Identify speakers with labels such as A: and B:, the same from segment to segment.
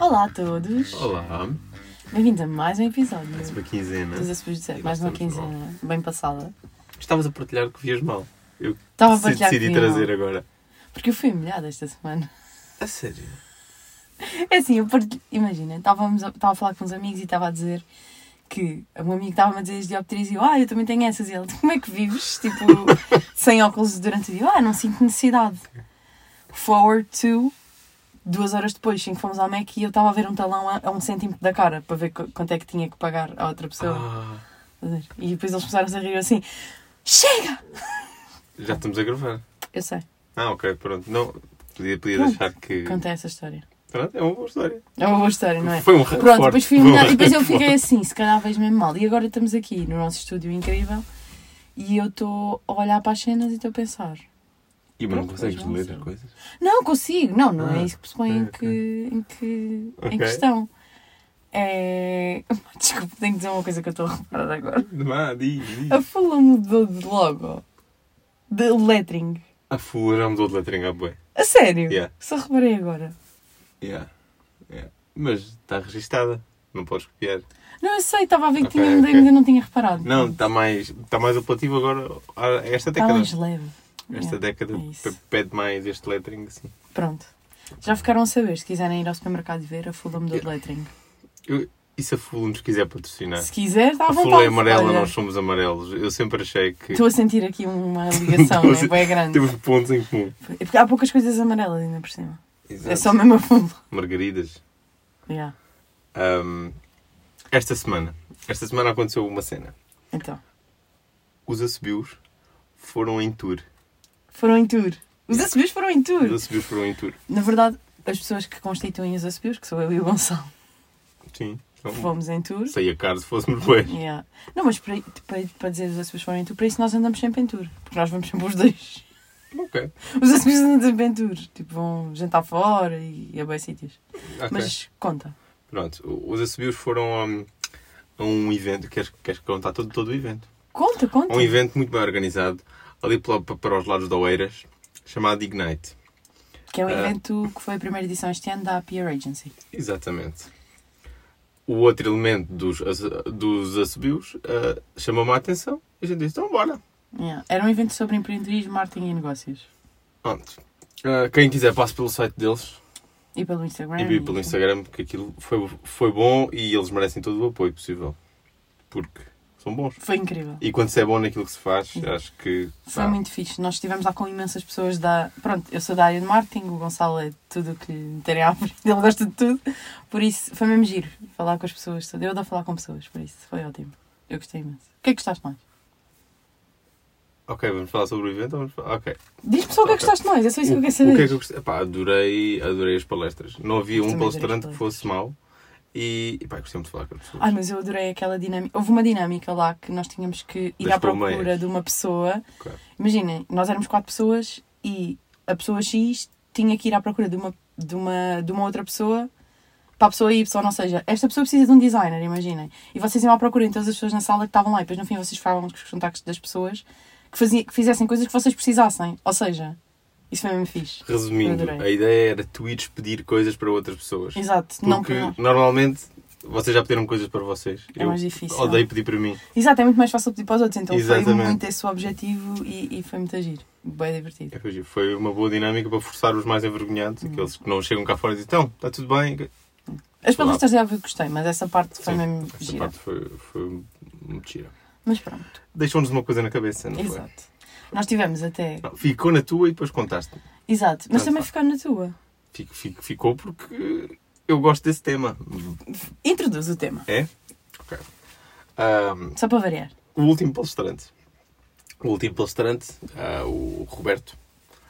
A: Olá a todos!
B: Olá,
A: Bem-vindos a mais um episódio.
B: mais uma quinzena.
A: Estás a dizer,
B: E
A: mais
B: nós
A: uma
B: estamos
A: quinzena, bem passada.
B: Estavas a partilhar que vias mal. Eu
A: Estava a
B: se-
A: partilhar
B: decidi
A: que vi mal.
B: trazer agora.
A: Porque eu fui humilhada esta semana.
B: A sério?
A: É assim, eu partilho... Imagina, estávamos a... estava a falar com uns amigos e estava a dizer que um amigo estava-me a dizer as dioptrias e eu, ah, eu também tenho essas. E ele, como é que vives? Tipo, sem óculos durante o dia. Eu, Ah, não sinto necessidade. Forward to duas horas depois, sim que fomos ao Mac e eu estava a ver um talão a, a um cêntimo da cara para ver qu- quanto é que tinha que pagar à outra pessoa.
B: Ah,
A: E depois eles começaram a rir assim, chega!
B: já estamos a gravar.
A: Eu sei,
B: Ah, ok, pronto. Não, podia, podia
A: Pronto.
B: deixar que.
A: conta essa história.
B: Pronto, é uma boa história.
A: É uma boa história, não é?
B: Foi um recorde.
A: Pronto, depois fui humilhada e depois eu
B: Foi um
A: fiquei assim, se calhar vejo mesmo mal. E agora estamos aqui no nosso estúdio incrível e eu estou a olhar para as cenas e estou a pensar.
B: recorde. E mas não
A: Pronto,
B: consegues
A: pois,
B: ler
A: não
B: as coisas?
A: Não, consigo! Não, não é
B: Ah,
A: isso que se põe em
B: ok,
A: que, em, que, em
B: Ok.
A: questão. É... Desculpa, tenho que dizer uma coisa que eu estou a reparar agora.
B: Vá, diz, diz.
A: A Fula mudou de logo. De lettering.
B: A fula já mudou de lettering à bué.
A: A sério?
B: Yeah.
A: Só reparei agora.
B: Yeah. yeah. Mas está registada. Não podes copiar.
A: Não, eu sei, estava a ver que
B: Ok,
A: tinha,
B: ok.
A: ainda não tinha reparado.
B: Não, está mais, está mais apelativo agora a
A: Está
B: esta década.
A: mais Tá leve.
B: Esta
A: Yeah.
B: década
A: é isso.
B: pe- pede mais este lettering, assim.
A: Pronto. Já ficaram a saber, se quiserem ir ao supermercado e ver, a Fula mudou de lettering.
B: E se a Full nos quiser patrocinar?
A: Se quiser, está à
B: a
A: vontade.
B: Full é amarela,
A: Olha,
B: nós somos amarelos. Eu sempre achei que
A: Estou a sentir aqui uma ligação,
B: Estou a
A: né?
B: se-
A: Bem grande.
B: temos pontos em comum.
A: É Porque há poucas coisas amarelas ainda por cima. É
B: Exato.
A: só mesmo a fundo.
B: Margaridas.
A: Yeah.
B: Ahm, esta semana. Esta semana aconteceu uma cena.
A: Então,
B: Os assobios foram em tour.
A: foram em tour. Os assobios foram em
B: Os
A: tour.
B: assobios foram em tour.
A: Na verdade, as pessoas que constituem os assobios, que sou eu e o Gonçalo,
B: Sim. Então,
A: fomos em tour.
B: saía caro se fôssemos dois.
A: Yeah. Não, mas para, para, para dizer os assobios foram em tour, para isso nós andamos sempre em tour. Porque nós vamos sempre os dois.
B: Ok.
A: Os assobios andam sempre em tour. Tipo, vão jantar fora e, e a bem sítios.
B: ok.
A: Mas conta.
B: Pronto. Os assobios foram ahm, a um evento. Queres, queres contar todo, todo o evento?
A: Conta, conta.
B: Há um evento muito bem organizado ali pela- para os lados da Oeiras chamado Ignite.
A: Que é um
B: Ah.
A: evento que foi a primeira edição este ano da Peer Agency.
B: Exatamente. O outro elemento dos, as- dos assobios ah, chamou-me a atenção. A gente disse, então bora.
A: Yeah. Era um evento sobre empreendedorismo, marketing e negócios.
B: Pronto. Ah, quem quiser passe pelo site deles
A: E pelo Instagram.
B: e vi pelo Instagram porque aquilo foi, foi bom e eles merecem todo o apoio possível. Porque são bons.
A: Foi incrível.
B: E quando se é bom naquilo que se faz, acho que...
A: Foi
B: pá,
A: Uhum. muito fixe. Nós estivemos lá com imensas pessoas da. Pronto, eu sou da área de marketing, o Gonçalo é de tudo o que lhe meterem à frente, ele gosta de tudo. Por isso, foi mesmo giro falar com as pessoas. Eu adoro falar com pessoas, por isso foi ótimo. Eu gostei imenso. O que é que gostaste mais?
B: Ok, vamos falar sobre o evento? Vamos falar... Ok.
A: Diz-me só o que é que
B: Ok.
A: gostaste mais, é só isso que eu quero
B: O que
A: saber.
B: é que eu gostei? Epá, adorei, adorei as palestras. Não havia um
A: Também adorei as
B: palestrante que
A: palestras. Ah,
B: fosse mau. E, epá, gostei muito de falar com as pessoas.
A: Ai, mas eu adorei aquela dinâmica. Houve uma dinâmica lá que nós tínhamos que ir
B: Das
A: à procura
B: colmeias.
A: de uma pessoa.
B: Ok.
A: Imaginem, nós éramos quatro pessoas e a pessoa X tinha que ir à procura de uma, de uma, de uma outra pessoa para a pessoa Y. Ou seja, esta pessoa precisa de um designer, imaginem. E vocês iam à procura de todas as pessoas na sala que estavam lá e depois no fim vocês ficavam com os contactos das pessoas que, fazia, que fizessem coisas que vocês precisassem. Ou seja, isso foi mesmo fixe.
B: Resumindo,
A: Adorei.
B: a ideia era tu ires pedir coisas para outras pessoas.
A: Exato, não
B: Porque
A: por nós.
B: normalmente vocês já pediram coisas para vocês.
A: É mais difícil.
B: Odeio pedir para mim.
A: Exato, é muito mais fácil pedir para os outros, então foi
B: Exatamente.
A: muito esse o objetivo e, e foi muito agir. Bem divertido.
B: É que hoje Foi uma boa dinâmica para forçar os mais envergonhados,
A: Uhum.
B: aqueles que não chegam cá fora e dizem então, está tudo bem.
A: As palestras já vi que gostei, mas essa parte foi
B: Sim,
A: mesmo
B: Essa
A: gira.
B: parte foi, foi muito gira.
A: Mas pronto,
B: Deixou-nos uma coisa na cabeça, não foi?
A: exato. Nós tivemos até.
B: Não, ficou na tua e depois contaste.
A: Exato, mas
B: Pronto,
A: também
B: vá.
A: ficou na tua.
B: Fico- fico- ficou porque eu gosto desse tema.
A: Introduz o tema,
B: É? Ok. Ahm,
A: só para variar.
B: o último palestrante. O último palestrante, ah, o Roberto,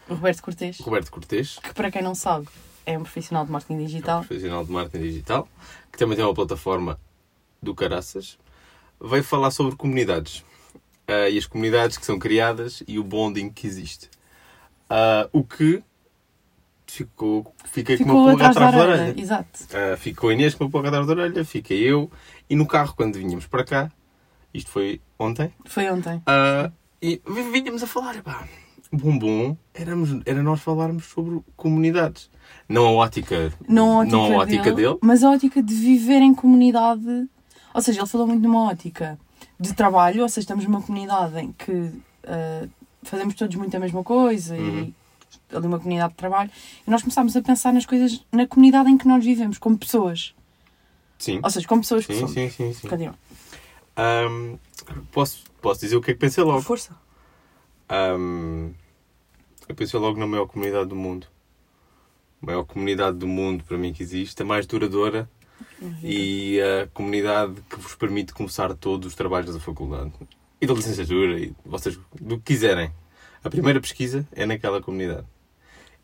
A: O Roberto Cortês,
B: Roberto Cortês,
A: que para quem não sabe, é um profissional de marketing digital.
B: profissional de marketing digital, que também tem uma plataforma do Caraças, veio falar sobre comunidades. Ah, e as comunidades que são criadas e o bonding que existe. Ah, o que ficou, fiquei com
A: Ficou
B: uma pulga
A: atrás da
B: atrás da
A: orelha.
B: orelha.
A: Exato.
B: Ah, ficou a Inês com uma pulga atrás da orelha, fiquei eu. E no carro, quando vinhamos para cá, isto foi ontem,
A: Foi ontem.
B: ah, e vi- vinhamos a falar, pá, bombom, éramos, era nós falarmos sobre comunidades. Não a ótica,
A: Não a ótica,
B: não a ótica dele.
A: Mas a ótica de viver em comunidade. Ou seja, ele falou muito numa ótica de trabalho, ou seja, estamos numa comunidade em que ah, fazemos todos muito a mesma coisa
B: Uhum.
A: e ali uma comunidade de trabalho. E nós começámos a pensar nas coisas, na comunidade em que nós vivemos, como pessoas.
B: Sim,
A: Ou seja, como pessoas que
B: sim,
A: somos.
B: sim, sim. sim.
A: Continua.
B: Ahm, posso, posso dizer o que é que pensei logo?
A: Força.
B: Ahm, eu pensei logo na maior comunidade do mundo. A maior comunidade do mundo para mim que existe, a mais duradoura e a comunidade que vos permite começar todos os trabalhos da faculdade e da licenciatura e vocês do que quiserem. A primeira pesquisa é naquela comunidade.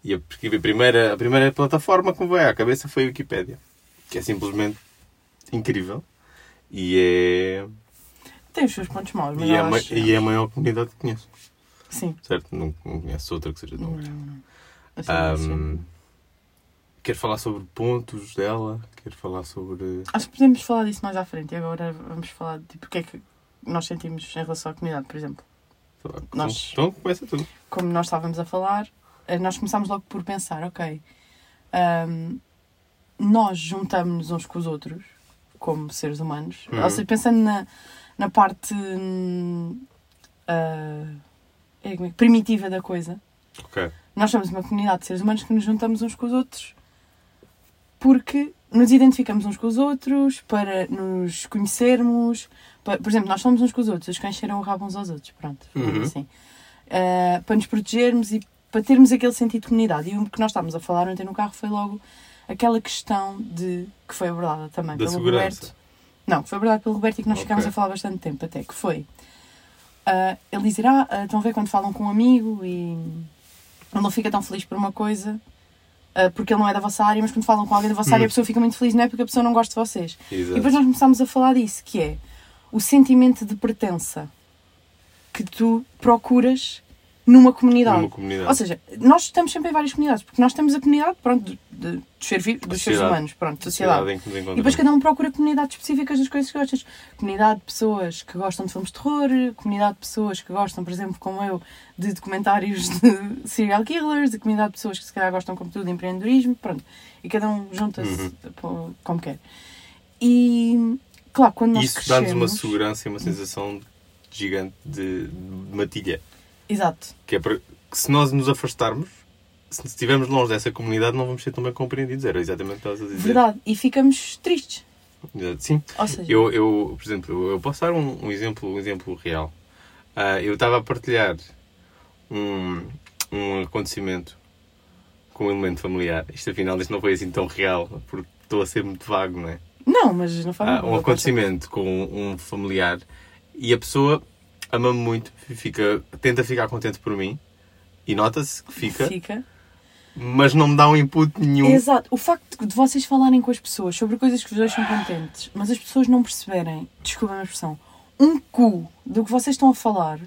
B: E a, pesqui- a primeira, a primeira plataforma que me veio à cabeça foi a Wikipédia, que é simplesmente incrível e é,
A: Tem os seus pontos maus, mas
B: e é,
A: eu
B: a ma-
A: acho-
B: e é a maior comunidade que conheço.
A: Sim.
B: Certo? Não, não conheço outra que seja de
A: é.
B: Hungria.
A: Assim, assim.
B: Ahm, Quero falar sobre pontos dela, quero falar sobre.
A: Acho que podemos falar disso mais à frente. E agora vamos falar de tipo, o que é que nós sentimos em relação à comunidade, por exemplo.
B: sei lá,
A: Nós-
B: Então começa tudo.
A: Como nós estávamos a falar, eh, nós começámos logo por pensar, ok, ahm, nós juntamos-nos uns com os outros, como seres humanos.
B: Uhum.
A: Ou seja, pensando na, na parte hum, ah, é, como é que- primitiva da coisa,
B: Ok.
A: nós somos uma comunidade de seres humanos que nos juntamos uns com os outros porque nos identificamos uns com os outros, para nos conhecermos. Pa- Por exemplo, nós somos uns com os outros, os cães cheiram o rabo uns aos outros, pronto,
B: Uhum.
A: assim. Ah, para nos protegermos e para termos aquele sentido de comunidade. E o que nós estávamos a falar ontem no carro foi logo aquela questão de que foi abordada também
B: Da
A: pelo
B: segurança.
A: Roberto. Não, que foi abordada pelo Roberto e que nós
B: Ok.
A: ficámos a falar bastante tempo até, que foi ah, ele dizer, ah, ah, estão a ver quando falam com um amigo e ele não fica tão feliz por uma coisa ah, porque ele não é da vossa área, mas quando falam com alguém da vossa
B: Hum.
A: área a pessoa fica muito feliz, não é porque a pessoa não gosta de vocês. E
B: Exato.
A: depois nós começámos a falar disso, que é o sentimento de pertença que tu procuras numa comunidade.
B: Numa comunidade.
A: Ou seja, nós estamos sempre em várias comunidades, porque nós temos a comunidade pronto, de- de- dos, ser vi- dos seres
B: Sociedade.
A: humanos, pronto, sociedade.
B: sociedade em que nos
A: E depois
B: encontramos.
A: cada um procura comunidades específicas das coisas que gostas. Comunidade de pessoas que gostam de filmes de terror, comunidade de pessoas que gostam, por exemplo, como eu, de documentários de serial killers, e comunidade de pessoas que se calhar gostam, como tudo, de empreendedorismo, pronto. E cada um junta-se
B: Uhum.
A: pô, como quer. E, claro, quando nós
B: Isso
A: crescemos...
B: dá-nos uma segurança e uma sensação gigante de, de matilha.
A: Exato.
B: Que é para que se nós nos afastarmos, se estivermos longe dessa comunidade, não vamos ser tão bem compreendidos. Era exatamente o que estás a dizer.
A: Verdade. E ficamos tristes.
B: Exato. Sim.
A: Ou seja,
B: Eu, eu, por exemplo, eu posso dar um, um exemplo, um exemplo real. Ah, eu estava a partilhar um, um acontecimento com um elemento familiar. Isto, afinal, isto não foi assim tão real, porque estou a ser muito vago, não é?
A: Não, mas não faz
B: Ah,
A: mal,
B: um
A: eu
B: acontecimento com um familiar e a pessoa ama-me muito, fica, tenta ficar contente por mim e nota-se que
A: acho que
B: fica,
A: Fica.
B: mas não me dá um input nenhum.
A: Exato. O facto de vocês falarem com as pessoas sobre coisas que vos deixam contentes, mas as pessoas não perceberem, desculpa a minha expressão, um cu do que vocês estão a falar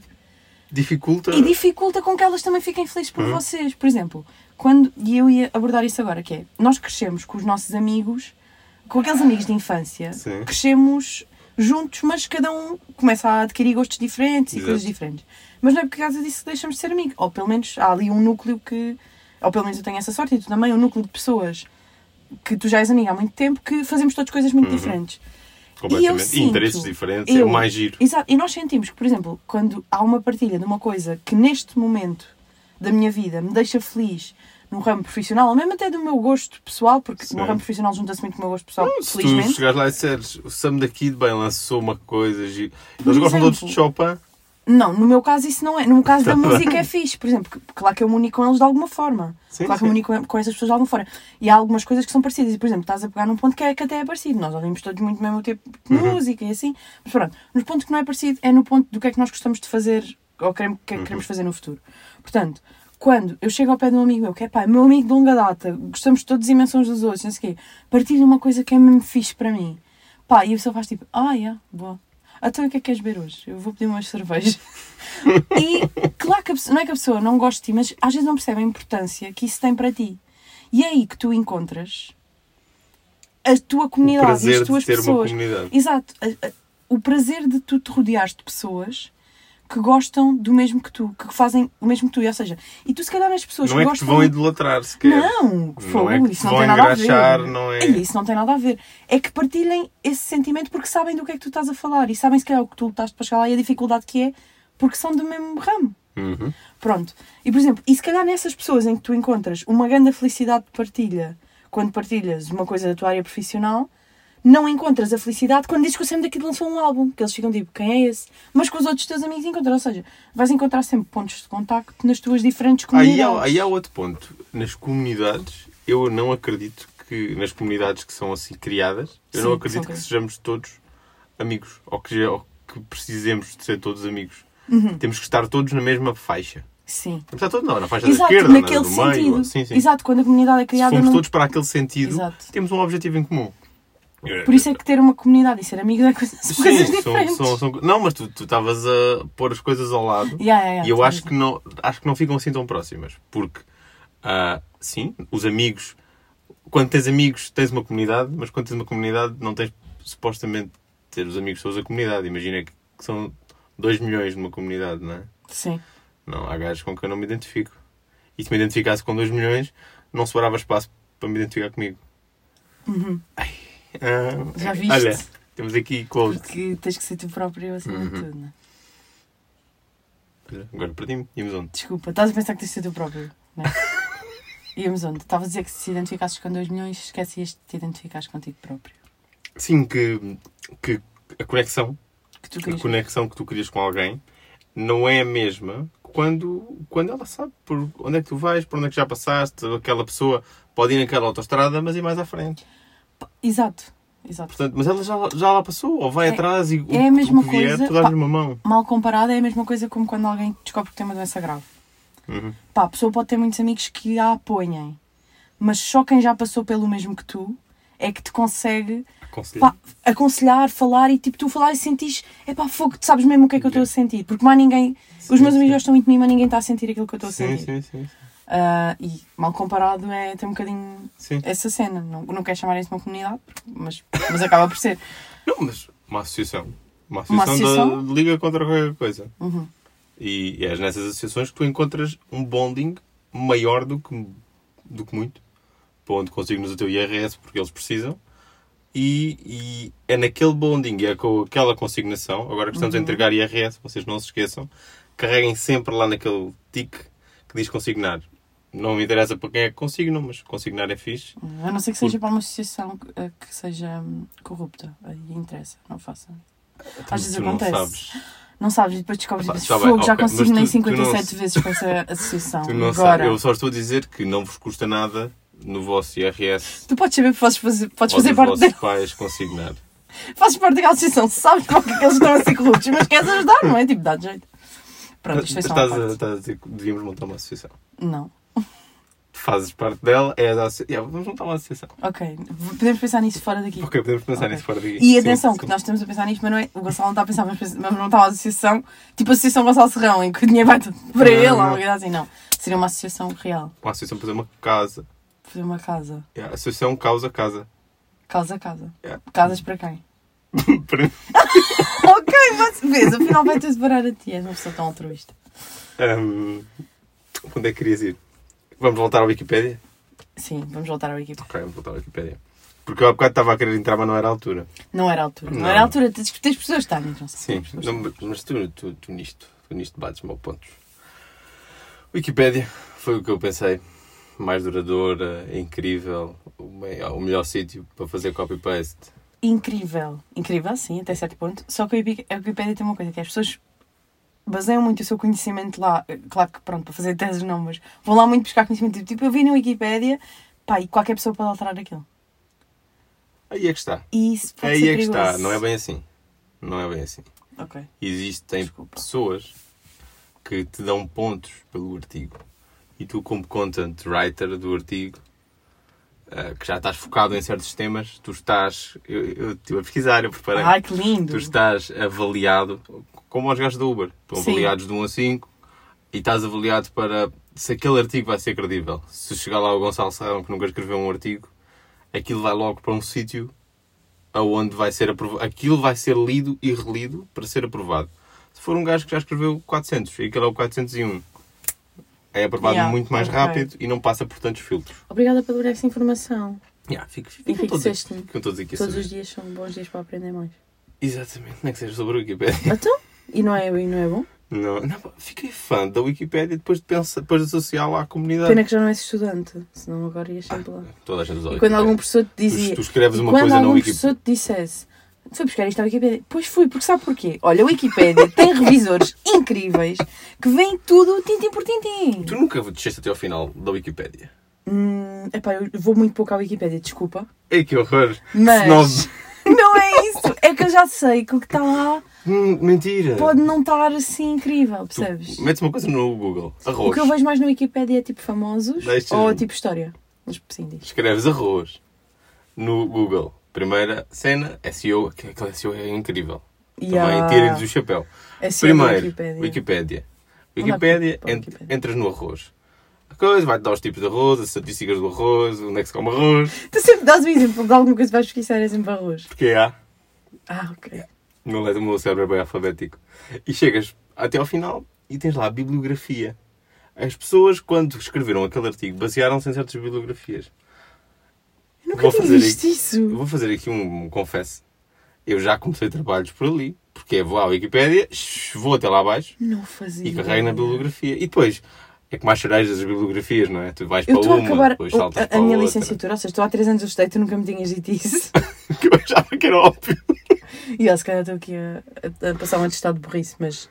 B: Dificulta.
A: e dificulta com que elas também fiquem felizes por
B: Uhum.
A: vocês. Por exemplo, quando. E eu ia abordar isso agora, que é. Nós crescemos com os nossos amigos, com aqueles amigos de infância,
B: Sim.
A: crescemos juntos, mas cada um começa a adquirir gostos diferentes e
B: Exato.
A: coisas diferentes. Mas não é por causa disso que deixamos de ser amigos. Ou pelo menos há ali um núcleo que. Ou pelo menos eu tenho essa sorte e tu também, um núcleo de pessoas que tu já és amiga há muito tempo, que fazemos todos coisas muito diferentes. E eu
B: Uhum. completamente.
A: sinto,
B: interesses diferentes, é
A: eu-
B: o mais giro.
A: Exato. E nós sentimos que, por exemplo, quando há uma partilha de uma coisa que neste momento da minha vida me deixa feliz no ramo profissional, ou mesmo até do meu gosto pessoal, porque
B: Sim.
A: no ramo profissional junta-se muito com o meu gosto pessoal,
B: Se tu
A: felizmente.
B: chegares lá e disseres o Sam daqui de bem lançou uma coisa gi-
A: Por
B: Eles gostam
A: exemplo.
B: todos de Chopin.
A: Não, no meu caso isso não é. No meu caso da
B: bem.
A: música é fixe, por exemplo. que- Claro que eu me unico com eles de alguma forma.
B: Sim,
A: claro que
B: sim.
A: eu me unico com- com essas pessoas de alguma forma. E há algumas coisas que são parecidas. E, por exemplo, estás a pegar num ponto que, é, que até é parecido. Nós ouvimos todos muito o mesmo tipo de música e assim. Mas pronto, no ponto que não é parecido é no ponto do que é que nós gostamos de fazer ou queremos, que é que queremos fazer no futuro. Portanto, quando eu chego ao pé de um amigo meu, que é pá, meu amigo de longa data, gostamos todos imenso uns dos outros, não sei o quê, partilho uma coisa que é mesmo fixe para mim. Pá, e a pessoa faz tipo, ah, yeah, boa. Então o que é que queres beber hoje? Eu vou pedir umas cervejas. E claro que a pessoa, não é que a pessoa não goste de ti, mas às vezes não percebe a importância que isso tem para ti. E é aí que tu encontras a tua
B: o
A: comunidade,
B: prazer
A: as tuas
B: de ter uma
A: pessoas.
B: comunidade.
A: Exato. A- a- O prazer de tu te rodeares de pessoas que gostam do mesmo que tu, que fazem o mesmo que tu. E, ou seja, e tu se calhar as pessoas
B: Não
A: que
B: é que te
A: gostam.
B: vão idolatrar sequer.
A: não, fogo,
B: é que te
A: isso não
B: vão
A: tem nada a
B: engraxar,
A: ver.
B: não é-
A: Ei, Isso não tem nada a ver. É que partilhem esse sentimento porque sabem do que é que tu estás a falar e sabem se calhar o que tu lutaste para chegar lá e a dificuldade que é porque são do mesmo ramo.
B: Uhum.
A: Pronto. E, por exemplo, e se calhar nessas pessoas em que tu encontras uma grande felicidade de partilha quando partilhas uma coisa da tua área profissional, não encontras a felicidade quando dizes que o Sam daqui lançou um álbum, que eles ficam tipo, quem é esse? Mas com os outros teus amigos encontras, ou seja, vais encontrar sempre pontos de contacto nas tuas diferentes
B: Aí,
A: comunidades.
B: há, aí é há outro ponto. Nas comunidades, eu não acredito que nas comunidades que são assim criadas,
A: Sim, que
B: eu não
A: são
B: acredito que
A: criadas.
B: sejamos todos amigos ou que, ou que precisemos de ser todos amigos.
A: Uhum.
B: Temos que estar todos na mesma faixa.
A: Sim.
B: Temos que estar todos não, na faixa
A: Exato,
B: da esquerda, na
A: naquele
B: do meio.
A: sentido.
B: ou- Sim, sim.
A: Exato, quando a comunidade é
B: Se
A: criada.
B: formos
A: não-
B: todos para aquele sentido,
A: Exato.
B: temos um objetivo em comum.
A: Por isso é que ter uma comunidade e ser amigo é coisa, são coisas
B: Sim, são,
A: diferentes.
B: são, são- Não, mas tu tu estavas a pôr as coisas ao lado.
A: Yeah, yeah, tá yeah,
B: E eu
A: tu
B: acho
A: tens
B: que, não, acho que não ficam assim tão próximas. Porque, ah, sim, os amigos. Quando tens amigos, tens uma comunidade, mas quando tens uma comunidade, não tens supostamente ter os amigos todos a comunidade. Imagina que que são 2 milhões numa comunidade, não é?
A: Sim.
B: Não, há gajos com quem eu não me identifico. E se me identificasse com 2 milhões, não sobrava espaço para me identificar comigo. Ai, ah,
A: Uhum. Já viste?
B: Olha, temos aqui close.
A: Porque tens que ser tu próprio acima de
B: Uhum.
A: tudo, né?
B: Olha, Agora perdi-me. Íamos onde?
A: Desculpa, estás a pensar que tens de ser tu próprio, não é? Íamos onde? Estava a dizer que se identificasses com 2 milhões, esquecias de te identificares contigo próprio.
B: Sim, que, que a conexão
A: Que tu
B: a
A: querias.
B: conexão que tu crias com alguém não é a mesma quando, quando ela sabe por onde é que tu vais, por onde é que já passaste, aquela pessoa pode ir naquela autostrada, mas ir mais à frente.
A: Exato, exato.
B: Portanto, mas ela já, já lá passou, ou vai
A: É-
B: atrás e o,
A: é a mesma
B: o que vier,
A: coisa,
B: tu dás-lhe
A: pá.
B: uma mão.
A: Mal comparado é a mesma coisa como quando alguém descobre que tem uma doença grave.
B: Uhum.
A: Pá, a pessoa pode ter muitos amigos que a apoiem, mas só quem já passou pelo mesmo que tu é que te consegue
B: Aconselho.
A: pá, aconselhar, falar e tipo tu falar e sentis, é pá, fogo, tu sabes mesmo o que é que eu estou a sentir, porque mais ninguém, os
B: Sim,
A: meus amigos
B: sim.
A: já estão muito de mim, mas ninguém está a sentir aquilo que eu estou a
B: sim,
A: sentir.
B: sim, sim, sim.
A: Ah, e mal comparado é ter um bocadinho
B: Sim.
A: essa cena. Não, não quero chamar isso de uma comunidade, porque- mas, mas acaba por ser.
B: Não, mas uma associação. Uma
A: Uma
B: associação,
A: associação?
B: Da, liga contra qualquer coisa.
A: Uhum.
B: E, e é nessas associações que tu encontras um bonding maior do que, do que muito, para onde consignos o teu IRS, porque eles precisam. E, e é naquele bonding, é com aquela consignação, agora que
A: Uhum.
B: estamos a entregar IRS, vocês não se esqueçam, carreguem sempre lá naquele tic que diz consignar. Não me interessa para quem é que consignam, mas consignar é fixe.
A: A não ser que seja para uma associação que, eh, que seja hum, corrupta. Aí interessa, não façam. Às vezes
B: Tu não
A: acontece.
B: sabes.
A: Não sabes, e depois descobres
B: Epá,
A: vezes
B: tá bem,
A: fogo, já
B: ok, mas
A: consigo nem
B: tu- tu não
A: 57
B: se-
A: vezes para essa associação.
B: Tu não
A: Agora,
B: sabes. Eu só estou a dizer que não vos custa nada no vosso IRS
A: tu podes saber, podes fazer, podes
B: ou
A: fazer
B: dos
A: parte,
B: vossos
A: da,
B: pais consignar.
A: fazes parte daquela associação, sabes para o que é que eles estão a ser corruptos, mas queres ajudar, não é? Tipo, dá jeito. Pronto, isto foi só uma
B: Tá- Estás a,
A: parte.
B: estás a dizer que devíamos montar uma associação.
A: Não.
B: Fazes parte dela, é da associação. Yeah, vamos montar uma associação.
A: Ok, podemos pensar nisso fora daqui.
B: Ok, podemos pensar
A: Ok.
B: nisso fora daqui.
A: E atenção,
B: Sim,
A: que
B: sim.
A: nós estamos a pensar nisto, mas não é. O Gonçalo não está a pensar, mas, pensa- mas não está uma associação, tipo a Associação Gonçalo Serrão, em que o dinheiro vai tudo para
B: Não,
A: ele,
B: não.
A: ou uma coisa assim, não. Seria uma associação real.
B: Uma associação para fazer uma casa.
A: Fazer uma casa.
B: Yeah, associação causa casa.
A: Casa a casa.
B: Yeah.
A: Casas para quem?
B: Para mim.
A: ok, mas vês, afinal vai ter de parar a ti, és uma pessoa tão altruísta.
B: Ahm, onde é que querias ir? Vamos voltar à Wikipédia?
A: Sim, vamos voltar à equipe.
B: Ok, vamos voltar à Wikipédia. Porque eu há bocado estava a querer entrar, mas não era a altura.
A: Não era a altura. Não,
B: Não.
A: era a altura de discutir as pessoas também, não
B: Sim, não, mas tu, tu, tu nisto, tu nisto bates mal pontos. Wikipédia foi o que eu pensei. Mais duradoura, incrível, o, me- o melhor sítio para fazer copy-paste.
A: Incrível. Incrível, sim, até certo ponto. Só que a Wiki- a Wikipédia tem uma coisa, que é as pessoas baseiam muito o seu conhecimento lá. Claro que, pronto, para fazer teses não, mas vão lá muito buscar conhecimento. Tipo, Tipo, eu vi na Wikipédia, pá, e qualquer pessoa pode alterar aquilo.
B: Aí é que está.
A: E isso pode
B: Aí
A: ser
B: é que está.
A: perigoso.
B: Não é bem assim. Não é bem assim.
A: Ok.
B: Existem
A: Desculpa.
B: pessoas que te dão pontos pelo artigo. E tu, como content writer do artigo, ah, que já estás focado em certos temas, tu estás. Eu eu estive a pesquisar, eu preparei.
A: Ai, que lindo.
B: Tu estás avaliado, como os gajos do Uber, estão um
A: Sim.
B: avaliados de 1 a 5 e estás avaliado para se aquele artigo vai ser credível. Se chegar lá o Gonçalo Serrão, que nunca escreveu um artigo, aquilo vai logo para um sítio aonde vai ser aprovado. Aquilo vai ser lido e relido para ser aprovado. Se for um gajo que já escreveu 400 e aquele é o 401, é aprovado
A: Yeah,
B: muito mais
A: ok.
B: rápido e não passa por tantos filtros.
A: Obrigada por essa informação.
B: Yeah, fico, fico,
A: E
B: ficam todos, aqui-
A: fixaste-me.
B: ficam todos aqui a
A: Todos
B: saber.
A: os dias são bons dias para aprender mais.
B: Exatamente, não é que seja sobre a Wikipédia.
A: Então? E não é, e não é bom?
B: Não, não, pá, fiquei fã da Wikipédia depois de, pensa, depois de associá-la à comunidade.
A: Pena que já não és estudante, senão agora ias sempre lá.
B: Toda a gente usa a
A: E quando
B: Wikipédia.
A: algum professor te
B: Ah, é. Tu-
A: dizia.
B: tu, escreves
A: e
B: uma
A: quando
B: coisa na
A: algum
B: Wikipédia.
A: professor te dissesse. Foi buscar isto à Wikipédia. Pois fui, porque sabe porquê? Olha, a Wikipédia tem revisores incríveis que veem tudo tintim por tintim.
B: Tu nunca desceste até ao final da Wikipédia.
A: Hum, epá, eu vou muito pouco à Wikipédia, desculpa.
B: Ei, que horror!
A: Mas
B: Snob.
A: não é isso. É que eu já sei que o que está lá
B: Hum, mentira!
A: pode não estar assim incrível,
B: Tu
A: percebes?
B: metes uma coisa no Google.
A: O
B: Arroz.
A: que eu vejo mais na Wikipédia é tipo famosos
B: Deixa-
A: ou tipo história. Mas sim, diz.
B: Escreves arroz no Google. Primeira cena, SEO. Aquele aquele SEO é incrível. Também tira-lhes o chapéu.
A: É sim,
B: Primeiro,
A: Wikipédia.
B: Wikipédia.
A: Não dá
B: Wikipédia,
A: para- para
B: ent-
A: Wikipédia.
B: entras no arroz. A coisa vai-te dar os tipos de arroz, as estatísticas do arroz, onde é que se come arroz,
A: Tu sempre dás o exemplo de alguma coisa que vais pesquisar é sempre arroz.
B: porque há.
A: Ah, ok.
B: Não leva o meu cérebro é bem alfabético. E chegas até ao final e tens lá a bibliografia. As pessoas, quando escreveram aquele artigo, basearam-se em certas bibliografias.
A: Eu nunca
B: Vou
A: tinha
B: fazer
A: visto
B: Eu
A: isso.
B: vou fazer aqui um, um confesso. Eu já comecei trabalhos por ali, porque é vou à Wikipédia, shh, vou até lá abaixo
A: Não fazia.
B: e carrego na bibliografia. E depois, é que mais cerejas as bibliografias, não é? Tu vais
A: Eu
B: para
A: estou a
B: uma,
A: acabar
B: depois
A: o-
B: saltas
A: a,
B: para
A: a minha
B: outra.
A: licenciatura, ou seja, estou há 3 anos eu estudei, tu nunca me tinhas dito isso.
B: Que eu achava que era óbvio.
A: e eu se calhar estou aqui a, a- a passar um atestado de burrice, mas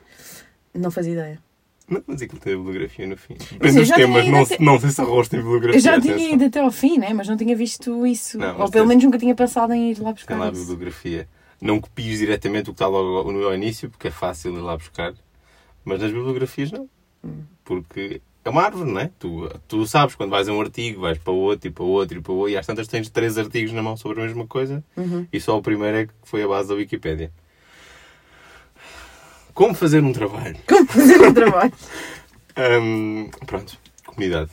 A: não fazia ideia.
B: Não, mas aquilo tem bibliografia no fim.
A: eu
B: Depende dos
A: já tinha
B: temas,
A: ido
B: não,
A: até-
B: não sei se arroz tem bibliografia.
A: Eu já
B: atenção.
A: tinha ido até ao fim, né? mas não tinha visto isso.
B: Não, mas
A: ou pelo
B: tem-
A: menos nunca tinha pensado em ir lá
B: Tem lá a
A: buscar isso.
B: bibliografia. Não copies diretamente o que está logo ao- ao início, porque é fácil ir lá buscar. Mas nas bibliografias não. Porque é uma árvore, não é? Tu, tu sabes, quando vais a um artigo, vais para outro e para outro e para outro, e às tantas tens três artigos na mão sobre a mesma coisa,
A: Uhum.
B: e só o primeiro é que foi a base da Wikipédia. Como fazer um trabalho?
A: Como fazer um trabalho?
B: Hum, pronto, comunidade.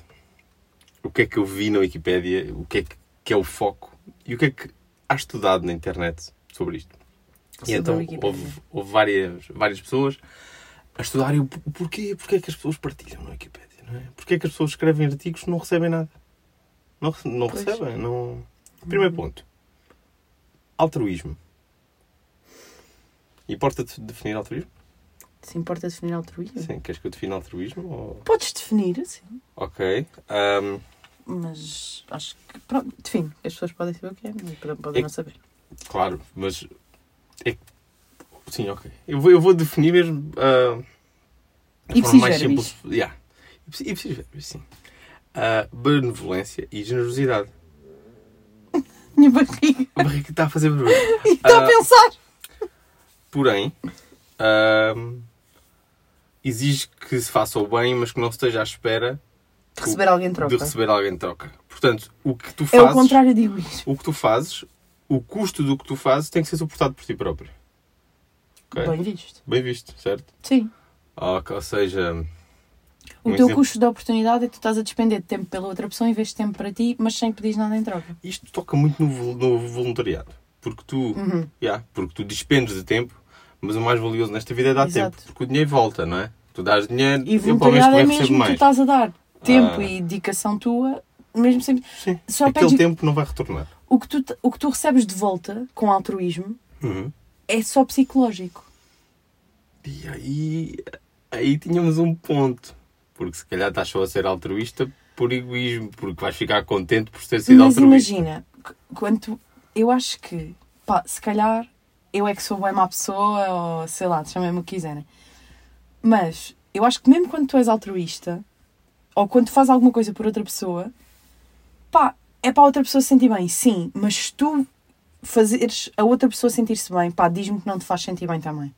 B: O que é que eu vi na Wikipédia? O que é que, que é o foco? E o que é que há estudado na internet sobre isto?
A: Sobre
B: e
A: a
B: então
A: Wikipédia.
B: houve, houve várias, várias pessoas a estudarem o por- o porquê, porque é que as pessoas partilham na Wikipédia, não é? Porque é que as pessoas escrevem artigos e não recebem nada? Não, rece- não
A: Pois.
B: recebem, não... Primeiro ponto. Altruísmo. Importa-te definir altruísmo?
A: Se importa definir altruísmo?
B: Sim, queres que eu defina altruísmo? Ou...
A: Podes definir, sim.
B: Ok. Hum,
A: Mas acho que. Pronto, define. As pessoas podem saber o que é, mas podem- podem
B: É-
A: não saber.
B: Claro, mas. É... que- Sim, ok. Eu vou, eu vou definir mesmo. ah, de
A: Ipsis
B: forma mais
A: verbis.
B: simples. Yeah. Ipsi- Ipsis verbis, sim. Ah, benevolência e generosidade.
A: Minha barriga.
B: A barriga está a fazer barulho.
A: E está
B: Ah.
A: a pensar.
B: Porém, ah, exige que se faça o bem, mas que não esteja à espera
A: De receber alguém em troca.
B: de receber alguém em troca. Portanto, o que tu
A: É
B: fazes.
A: o contrário de egoísmo.
B: o que tu fazes, o custo do que tu fazes tem que ser suportado por ti próprio. Ok?
A: Bem visto.
B: Bem visto, certo?
A: Sim.
B: Ah, ok, ou seja,
A: O
B: Um
A: teu
B: exemplo.
A: custo da oportunidade é que tu estás a despender de tempo pela outra pessoa em vez de tempo para ti, mas sem pedir nada em troca.
B: isto toca muito no, vol- no voluntariado. Porque tu,
A: Uhum.
B: yeah, porque tu dispendes de tempo, mas o mais valioso nesta vida é dar
A: Exato.
B: tempo. Porque o dinheiro volta, não é? Tu dás dinheiro,
A: E
B: eu pelo menos
A: voluntariado é
B: também
A: mesmo
B: recebo
A: que tu
B: mais.
A: estás a dar tempo
B: Ah.
A: e dedicação tua, mesmo sempre.
B: Sim.
A: Só
B: Aquele
A: pedes-
B: tempo não vai retornar.
A: O que, tu, te- o que tu recebes de volta com altruísmo
B: Uhum.
A: é só psicológico.
B: E aí, aí tínhamos um ponto. Porque se calhar estás só a ser altruísta por egoísmo, porque vais ficar contente por ter sido
A: Mas
B: altruísta.
A: imagina, qu- quanto. Eu acho que, pá, se calhar eu é que sou bem má pessoa, ou sei lá, chamem-me o que quiserem. Mas eu acho que mesmo quando tu és altruísta, ou quando tu fazes alguma coisa por outra pessoa, pá, é para a outra pessoa se sentir bem, sim, mas se tu fazeres a outra pessoa sentir-se bem, pá, diz-me que não te faz sentir bem também.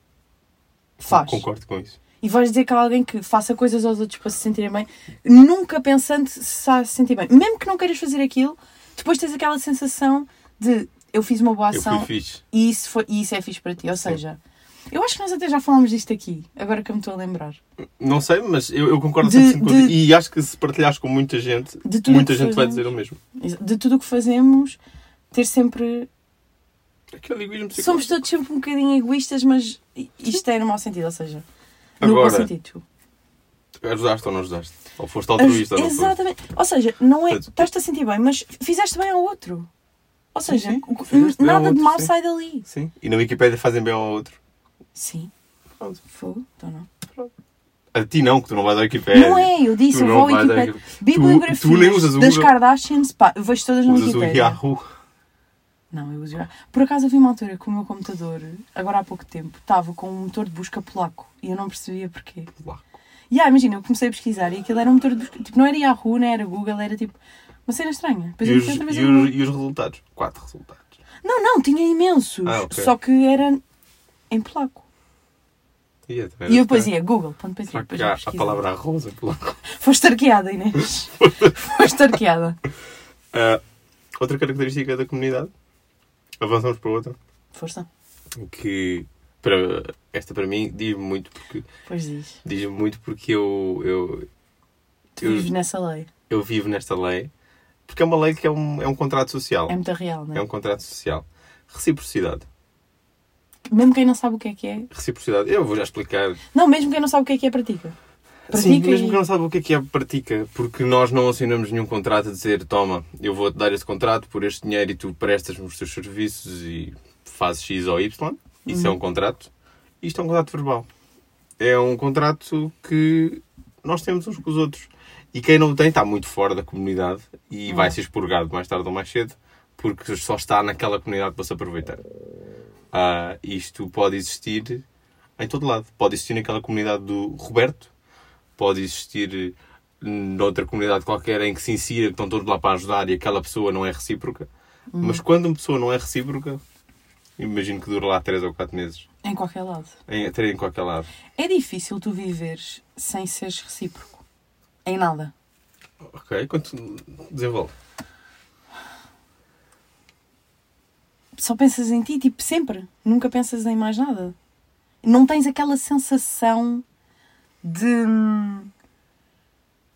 A: Faz.
B: Concordo com isso.
A: E vais dizer que há alguém que faça coisas aos outros para se sentirem bem, nunca pensando se está a se sentir bem. Mesmo que não queiras fazer aquilo, depois tens aquela sensação de eu fiz uma boa
B: Eu
A: ação
B: fui fixe.
A: e isso, foi, e isso é fixe para ti. Ou seja, Eu acho que nós até já falámos disto aqui, agora que eu me estou a lembrar.
B: Não sei, mas eu, eu concordo
A: De-
B: 100% contigo.
A: de-
B: E acho que se partilhares com muita gente,
A: De tudo o
B: muita
A: que
B: gente vai
A: fazemos-
B: dizer o mesmo.
A: De tudo o que fazemos, ter sempre.
B: Aquele egoísmo psicológico.
A: Somos todos sempre um bocadinho egoístas, mas isto é no mau sentido, ou seja, no bom
B: Agora,
A: sentido.
B: ajudaste ou não ajudaste? Ou foste altruísta ou não foste?
A: Exatamente. Ou seja, não é.
B: Portanto,
A: Estás-te a sentir bem, mas fizeste bem ao outro. Ou seja,
B: sim,
A: o que-
B: fizeste bem ao
A: nada de
B: outro,
A: mal
B: sim.
A: sai dali.
B: Sim. E na Wikipédia fazem bem ao outro.
A: Sim.
B: Pronto.
A: Fogo, então não.
B: A ti não, que tu não vais à Wikipédia.
A: não é, eu disse,
B: tu
A: eu
B: não
A: vou à
B: vais à
A: Wikipédia.
B: Wikipédia. Tu-
A: Bibliografias
B: tu nem usas o
A: das
B: Google.
A: Kardashians, pá, eu vejo todas na
B: Usas o
A: Wikipédia.
B: Yahoo.
A: Não, eu uso Yahoo. Por acaso havia uma altura que o meu computador, agora há pouco tempo, estava com um motor de busca polaco e eu não percebia porquê.
B: Lá.
A: E ah, imagina, eu comecei a pesquisar e aquilo era um motor de busca. Tipo, não era Yahoo, não era Google, era tipo uma cena estranha. Depois
B: E
A: eu
B: os,
A: fiquei outra vez a
B: e
A: Google.
B: os- e os resultados? Quatro resultados.
A: Não, não, tinha imensos.
B: Ah, ok.
A: Só que era em polaco.
B: E, é, também
A: E
B: era
A: eu depois
B: estranho.
A: ia google.pt.
B: Será que
A: depois
B: há
A: eu
B: a
A: pesquisava.
B: palavra arroz em polaco?
A: Foste arqueada, Inês. Foste arqueada.
B: Ah, outra característica da comunidade. Avançamos para outra.
A: Força.
B: Que para, esta para mim diz muito porque
A: Pois diz.
B: diz muito porque eu, eu,
A: Tu
B: Eu-
A: vives nessa lei.
B: eu vivo nesta lei. Porque é uma lei que é um, é um contrato social.
A: É muito real, não é?
B: É um contrato social. Reciprocidade.
A: Mesmo quem não sabe o que é que é.
B: Reciprocidade. Eu vou já explicar.
A: Não, mesmo quem não sabe o que é que é, pratica.
B: Sim,
A: Pratica
B: mesmo
A: e-
B: que não sabe o que é que é pratica, porque nós não assinamos nenhum contrato a dizer toma, eu vou-te dar este contrato por este dinheiro e tu prestas-me os teus serviços e fazes X ou Y. Isso
A: Uhum.
B: é um contrato. Isto é um contrato verbal. É um contrato que nós temos uns com os outros. E quem não o tem está muito fora da comunidade
A: Uhum.
B: e vai ser expurgado mais tarde ou mais cedo, porque só está naquela comunidade para se aproveitar. Ah, isto pode existir em todo lado. Pode existir naquela comunidade do Roberto, pode existir eh, noutra comunidade qualquer em que se insira que estão todos lá para ajudar e aquela pessoa não é recíproca.
A: Hum.
B: Mas quando uma pessoa não é recíproca, imagino que dura lá 3 ou 4 meses,
A: Em qualquer lado.
B: em, até em qualquer lado.
A: É difícil tu viveres sem seres recíproco. Em nada.
B: Ok, quanto desenvolve?
A: Só pensas em ti, tipo, sempre. Nunca pensas em mais nada. Não tens aquela sensação de. hum,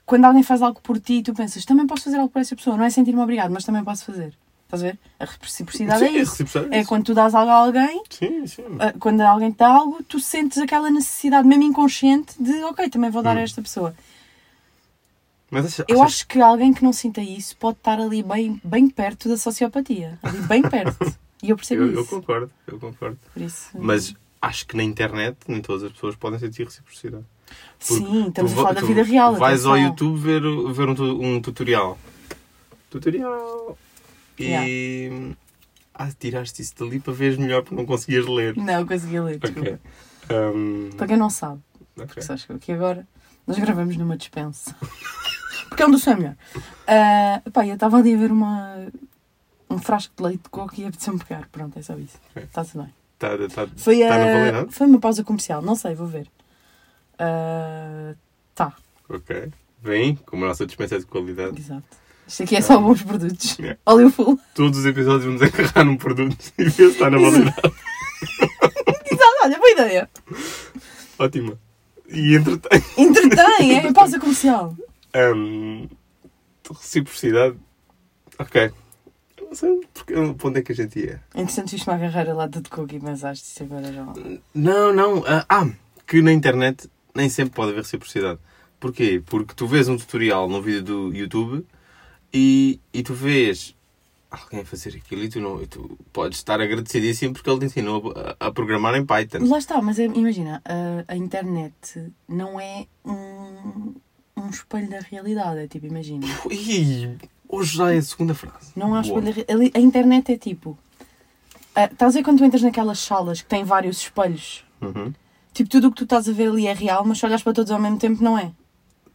A: Quando alguém faz algo por ti, tu pensas, também posso fazer algo por essa pessoa. Não é sentir-me obrigado, mas também posso fazer. Estás a ver? A reciprocidade é
B: Sim,
A: isso.
B: reciprocidade é
A: É
B: isso.
A: quando tu dás algo a alguém
B: Sim, sim.
A: Ah, quando alguém te dá algo, tu sentes aquela necessidade, mesmo inconsciente, de ok, também vou
B: Hum.
A: dar a esta pessoa.
B: Mas achas,
A: Eu
B: achas-
A: acho que alguém que não sinta isso pode estar ali bem, bem perto da sociopatia. Ali bem perto. e eu percebo
B: eu, eu
A: é isso. Hum.
B: concordo, eu concordo.
A: Por isso.
B: Mas acho que na internet nem todas as pessoas podem sentir reciprocidade. Porque
A: Sim, estamos
B: tu
A: a falar
B: va-
A: da
B: tu
A: vida real.
B: Vais
A: atenção.
B: ao YouTube ver, ver um, tu- um tutorial. Tutorial. E. Ah, tiraste isso dali para veres melhor porque não conseguias ler.
A: Não, consegui ler, desculpa.
B: Ok. Um,
A: Para quem não sabe,
B: ok.
A: porque sabes que aqui agora nós gravamos numa dispensa. porque é onde o som é melhor. Ah, pá, eu estava ali a ver uma, um frasco de leite de coco e apeteceu-me pegar. Pronto, é só isso. Está tudo bem.
B: Tá- tá-
A: Foi,
B: Tá na
A: a...
B: validade?
A: foi uma pausa comercial, não sei, vou ver. Ah, tá,
B: ok. Vem, como a nossa dispensa é de qualidade.
A: exato. Isto aqui é só bons produtos.
B: Yeah.
A: Olha o full.
B: Todos os episódios vamos agarrar num produto e ver se está na validade.
A: Exato, Ah, olha, boa ideia.
B: Ótima. E entretém.
A: Entretém, é pausa comercial.
B: Hum, reciprocidade. Ok. Eu Não sei porque, para onde é que a gente ia.
A: Entretanto, fiz-me a agarrar a lata de cookie, mas acho que isso é agora já.
B: Não, não. ah, Ah, que na internet nem sempre pode haver reciprocidade. Porquê? Porque tu vês um tutorial no vídeo do YouTube e, e tu vês alguém a fazer aquilo e tu, não, e tu podes estar agradecidíssimo porque ele te ensinou a, a programar em Python.
A: Lá está, mas é- imagina, a, a internet não é um, um espelho da realidade. É tipo, imagina.
B: Ih, hoje já é a segunda frase.
A: Não há
B: Boa.
A: espelho. da- ali- A internet é tipo. ah, estás a ver quando tu entras naquelas salas que têm vários espelhos?
B: Uhum.
A: Tipo, tudo o que tu estás a ver ali é real, mas se olhas para todos ao mesmo tempo, não é?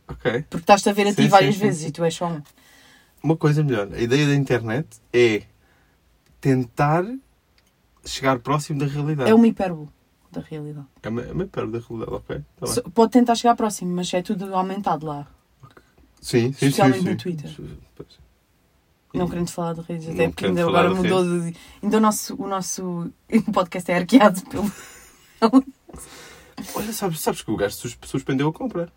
B: Ok.
A: Porque estás-te a ver a
B: Sim,
A: ti
B: sim,
A: várias
B: sim, Tá.
A: vezes
B: sim.
A: e tu és só um.
B: uma coisa melhor. A ideia da internet é tentar chegar próximo da realidade.
A: É uma hipérbole da realidade.
B: É uma, é uma perda da realidade, ok? Tá bem.
A: Só- Pode tentar chegar próximo, mas é tudo aumentado lá.
B: Sim, sim, sim.
A: especialmente
B: sim.
A: no Twitter.
B: Pois.
A: Não querendo falar de redes, até
B: Não
A: porque
B: querendo
A: ainda
B: falar
A: agora
B: de
A: mudou de. Ainda o nosso, o nosso podcast é arqueado pelo,
B: Olha, sabes, sabes que o gajo sus- suspendeu a compra.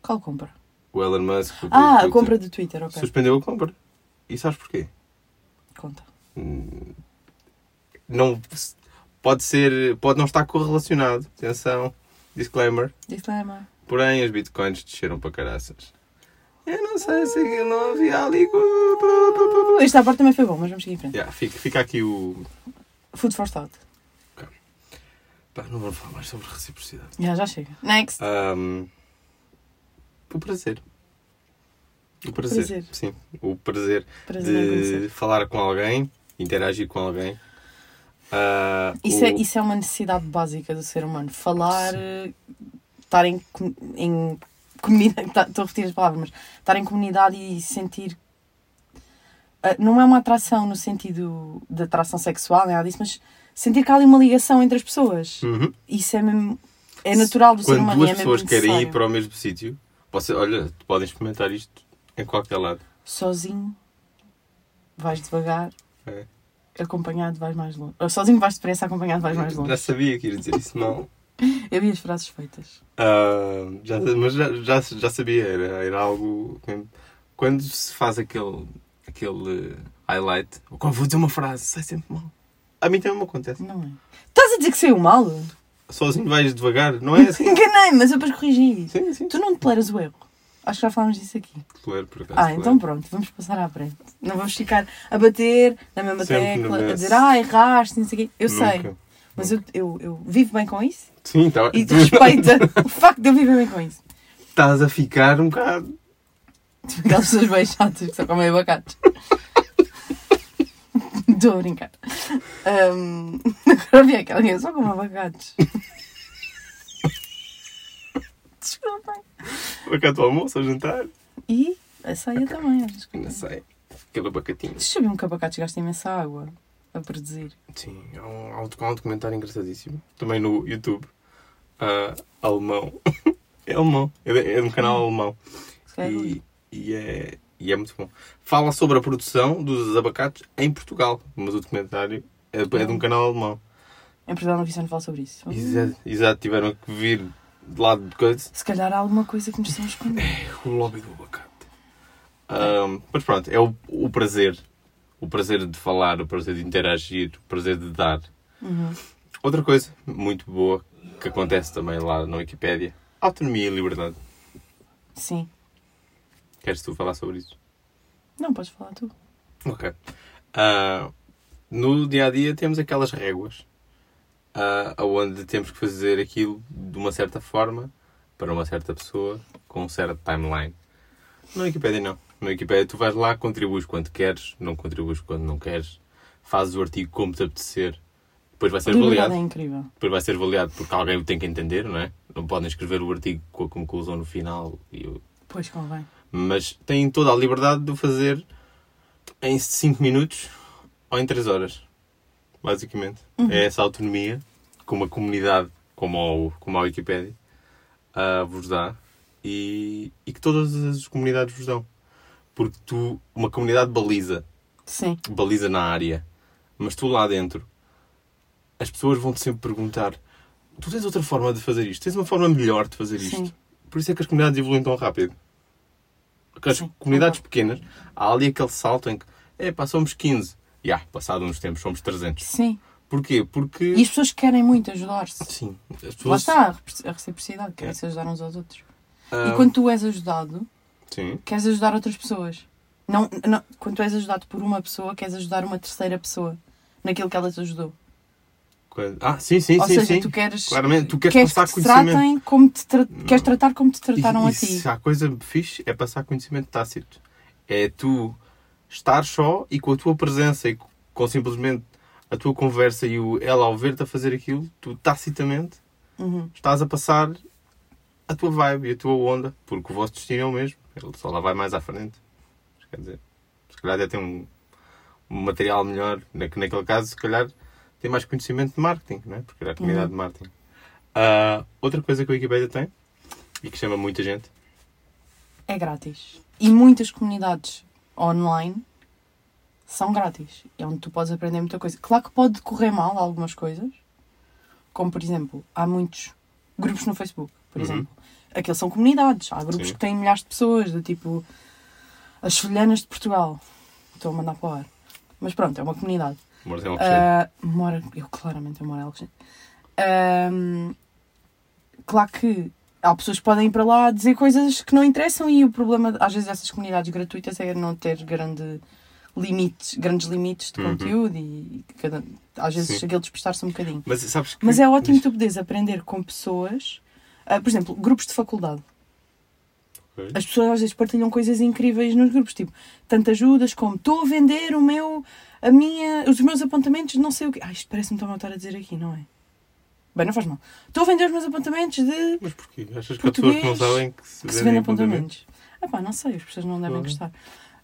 A: Qual compra?
B: O Elon Musk. o-
A: Ah,
B: o-
A: a compra do Twitter, ok.
B: Suspendeu a compra. E sabes porquê?
A: Conta.
B: Hum, Não, pode ser. Pode não estar correlacionado. Atenção. Disclaimer.
A: Disclaimer.
B: Porém, os bitcoins desceram para caraças. Eu não sei se aquilo não havia ali. co- pá, pá, pá, pá.
A: Este à Uh, parte também foi bom, mas vamos seguir em frente.
B: Yeah, fica, fica aqui o.
A: Food for thought.
B: Pá, não vou falar mais sobre reciprocidade.
A: Já, já chega. Next.
B: Ahm, o prazer. O prazer.
A: prazer.
B: Sim, o prazer
A: Prazer em
B: Ah, de
A: conhecer.
B: falar com alguém, interagir com alguém. Ah,
A: Isso é,
B: o-
A: isso é uma necessidade básica do ser humano. Falar, eh, estar em, com- em comunidade. tá- Estou a repetir as palavras, mas estar em comunidade e sentir. ah, não é uma atração no sentido de atração sexual, nem nada disso, mas sentir que há ali uma ligação entre as pessoas.
B: Uhum.
A: Isso é mesmo. É natural do ser
B: Quando
A: humano. e
B: duas
A: é mesmo
B: pessoas querem ir
A: necessário.
B: para o mesmo sítio, você, olha, podem experimentar isto em qualquer lado.
A: Sozinho vais devagar,
B: É.
A: acompanhado vais mais longe. Ou sozinho vais depressa, acompanhado vais mais
B: Já
A: longe.
B: sabia que ia dizer isso, não.
A: Eu vi as frases feitas.
B: Ah, já, mas já, já, já sabia, era, era algo. que- Quando se faz aquele, aquele highlight, ou quando vou dizer uma frase, sai sempre mal. A mim também me acontece.
A: Não é? Estás a dizer que saiu mal?
B: Sozinho vais devagar, não é assim?
A: Enganei, mas eu depois corrigi isso.
B: Sim, sim.
A: Tu não toleras o erro. Acho que já falámos disso aqui.
B: Claro, por acaso,
A: Ah,
B: claro.
A: então pronto, vamos passar à frente. Não vamos ficar a bater na mesma
B: Sempre na
A: tecla,
B: mesma.
A: a dizer ah, erraste, não sei o quê. Eu sei,
B: Nunca.
A: mas eu, eu, eu vivo bem com isso
B: Sim, tá,
A: e
B: tu
A: respeita o facto de eu viver bem com isso.
B: estás a ficar um bocado.
A: Tipo aquelas pessoas bem chatas que só comem abacates. Estou a brincar. Ahm, agora vi aquela que é só come abacates. Desculpem.
B: Vai cá ao almoço, ao jantar.
A: E a saia também, às vezes.
B: Não sei. Aquele abacatinho.
A: Vocês sabiam que abacates gastam imensa água a produzir?
B: Sim, há um, há um docu- há um documentário engraçadíssimo. Também no YouTube. Ah, alemão. é alemão. É de, é de um canal alemão.
A: Se calhar Hum, é ruim.
B: E, e é, e é muito bom. Fala sobre a produção dos abacates em Portugal. Mas o documentário é, é de um canal alemão.
A: Em Portugal não vi não fala sobre isso.
B: Exato, exato, tiveram que vir de lado de coisa.
A: Se calhar há alguma coisa que nos estão a esconder.
B: O lobby do abacate. Ahm, mas pronto, é o, o prazer. O prazer de falar, o prazer de interagir, o prazer de dar.
A: Uhum.
B: Outra coisa muito boa que acontece também lá na Wikipédia: autonomia e liberdade.
A: Sim.
B: Queres tu falar sobre isso?
A: Não, podes falar tu.
B: Ok. Ah, no dia a dia temos aquelas réguas ah, onde temos que fazer aquilo de uma certa forma para uma certa pessoa com um certo timeline. Na Wikipédia não. Na Wikipédia tu vais lá, contribuis quando queres, não contribuis quando não queres, fazes o artigo como te apetecer, depois vai
A: A
B: ser
A: liberdade
B: avaliado.
A: é incrível.
B: Depois vai ser avaliado porque alguém o tem que entender, não é? Não podem escrever o artigo com a conclusão no final e o
A: Pois convém.
B: mas têm toda a liberdade de o fazer em 5 minutos ou em 3 horas. Basicamente. É essa autonomia que uma comunidade como a, como a Wikipédia ah, vos dá e, e que todas as comunidades vos dão. Porque tu, uma comunidade baliza,
A: Sim.
B: baliza na área, mas tu lá dentro, as pessoas vão-te sempre perguntar: tu tens outra forma de fazer isto? Tens uma forma melhor de fazer isto?
A: Sim.
B: Por isso é que as comunidades evoluem tão rápido. Porque as
A: Sim,
B: comunidades pequenas, há ali aquele salto em que, é pá, somos 15. E ah, passado uns tempos, somos 300.
A: Sim.
B: Porquê? Porque.
A: E as pessoas querem muito ajudar-se.
B: Sim, as pessoas.
A: Lá está a repre- a reciprocidade,
B: É.
A: querem se ajudar uns aos outros.
B: ah,
A: E quando tu és ajudado,
B: Sim,
A: queres ajudar outras pessoas. Não, não- quando tu és ajudado por uma pessoa, queres ajudar uma terceira pessoa naquilo que ela te ajudou.
B: quando- Ah, sim, sim,
A: Ou
B: sim.
A: seja,
B: sim.
A: tu queres,
B: Claramente, tu queres passar
A: que te
B: conhecimento.
A: tratem como te tra- queres tratar como te trataram
B: E-
A: a
B: e
A: ti.
B: Se há coisa fixe, é passar conhecimento tácito. É tu estar só e com a tua presença e com simplesmente a tua conversa e o ela ao ver-te a fazer aquilo, tu tacitamente
A: Uhum.
B: estás a passar a tua vibe e a tua onda, porque o vosso destino é o mesmo. Ele só lá vai mais à frente. Mas, Quer dizer, se calhar até tem um, um material melhor, na, que naquele caso, se calhar tem mais conhecimento de marketing, não é? Porque era a comunidade de marketing. Ah, outra coisa que a Wikipédia tem e que chama muita gente
A: É grátis. E muitas comunidades online são grátis. É onde tu podes aprender muita coisa. Claro que pode correr mal algumas coisas, como por exemplo, há muitos grupos no Facebook, por exemplo. Aqueles são comunidades. Há grupos
B: Sim.
A: que têm milhares de pessoas, do tipo as Folhanas de Portugal. Estou a mandar para o ar. Mas pronto, é uma comunidade.
B: Morte é uma coisa.
A: Ah, mora, eu claramente eu moro em Alcochete. Ahm, claro que há pessoas que podem ir para lá dizer coisas que não interessam e o problema às vezes dessas comunidades gratuitas é não ter grande limites, grandes limites de
B: Uhum.
A: conteúdo e cada- às vezes
B: Sim.
A: aquele despistar-se um bocadinho.
B: Mas sabes que.
A: Mas é ótimo tu poderes aprender com pessoas, ah, por exemplo, grupos de faculdade.
B: Ok.
A: As pessoas às vezes partilham coisas incríveis nos grupos, tipo, tanto ajudas como estou a vender o meu, a minha, os meus apontamentos de não sei o quê. Ah, isto parece-me tão mal estar a dizer aqui, não é? Bem, não faz mal. Estou a vender os meus apontamentos de
B: Mas porquê? Achas que há pessoas
A: Português
B: que não sabem que se
A: que se vendem
B: vendem
A: apontamentos. Ah pá, não sei, as pessoas não devem
B: Claro.
A: gostar.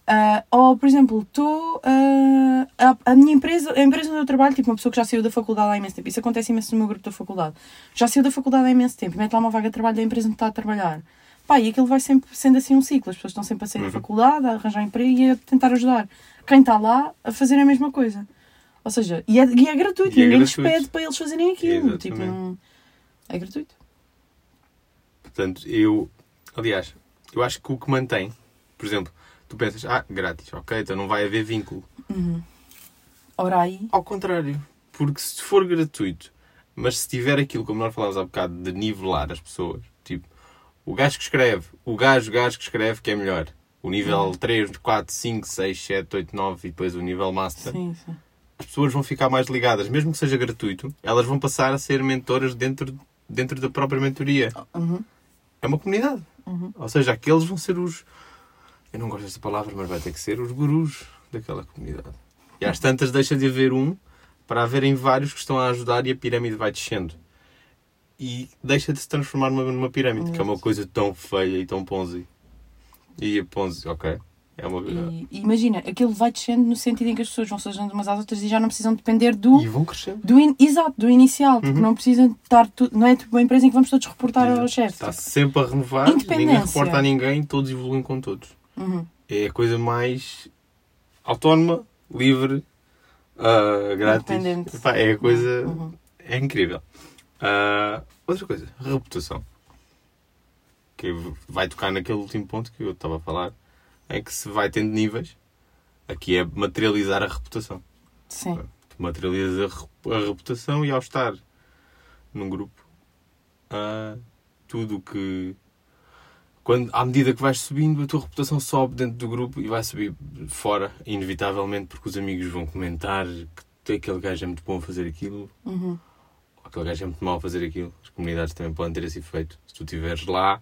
A: Ah, ou, por exemplo, estou ah, a, a minha empresa, a empresa onde eu trabalho, tipo uma pessoa que já saiu da faculdade há imenso tempo, isso acontece imenso no meu grupo da faculdade, já saiu da faculdade há imenso tempo e mete lá uma vaga de trabalho da empresa onde está a trabalhar. Pá, e aquilo vai sempre sendo assim um ciclo, as pessoas estão sempre a sair
B: Uhum.
A: da faculdade, a arranjar emprego e a tentar ajudar quem está lá a fazer a mesma coisa. Ou seja, e é, e é gratuito,
B: E é
A: ninguém lhes
B: gratuito.
A: pede para eles fazerem aquilo. Tipo,
B: Exatamente.
A: não- é gratuito.
B: Portanto, eu. Aliás, eu acho que o que mantém, por exemplo, tu pensas, ah, grátis, ok, então não vai haver vínculo.
A: Ora aí,
B: Ao contrário, porque se for gratuito, mas se tiver aquilo, como nós falámos há bocado, de nivelar as pessoas, tipo, o gajo que escreve, o gajo, o gajo que escreve que é melhor. O nível
A: Uhum.
B: 3, 4, 5, 6, 7, 8, 9 e depois o nível Master.
A: sim, sim.
B: As pessoas vão ficar mais ligadas, mesmo que seja gratuito, elas vão passar a ser mentoras dentro, dentro da própria mentoria.
A: Uhum.
B: É uma comunidade. Ou seja, aqueles vão ser os. Eu não gosto desta palavra, mas vai ter que ser os gurus daquela comunidade. E às tantas deixa de haver um para haverem vários que estão a ajudar e a pirâmide vai descendo. E deixa de se transformar numa, numa pirâmide, que é uma coisa tão feia e tão ponzi. E a ponzi, ok. É uma.
A: E, e imagina, aquilo vai descendo no sentido em que as pessoas vão se ajudando umas às outras e já não precisam depender do.
B: E Uhum. vão crescendo.
A: do in- exato, do inicial. Tipo, não precisam de estar. tu- não é tipo uma empresa em que vamos todos reportar ao chefe.
B: Está
A: Tipo,
B: sempre a renovar, ninguém
A: Independência.
B: reporta a ninguém, todos evoluem com todos.
A: uhum.
B: É a coisa mais autónoma, livre, ah, grátis.
A: Independente.
B: Epá, é a coisa.
A: Uhum.
B: É incrível. Ah, outra coisa, reputação. Que vai tocar naquele último ponto que eu estava a falar. É que se vai tendo níveis, aqui é materializar a reputação.
A: Sim.
B: Tu materializas a, re- a reputação e ao estar num grupo, ah, tudo o que. Quando, à medida que vais subindo, a tua reputação sobe dentro do grupo e vai subir fora, inevitavelmente, porque os amigos vão comentar que aquele gajo é muito bom a fazer aquilo,
A: Uhum.
B: ou aquele gajo é muito mau a fazer aquilo. As comunidades também podem ter esse efeito. Se tu estiveres lá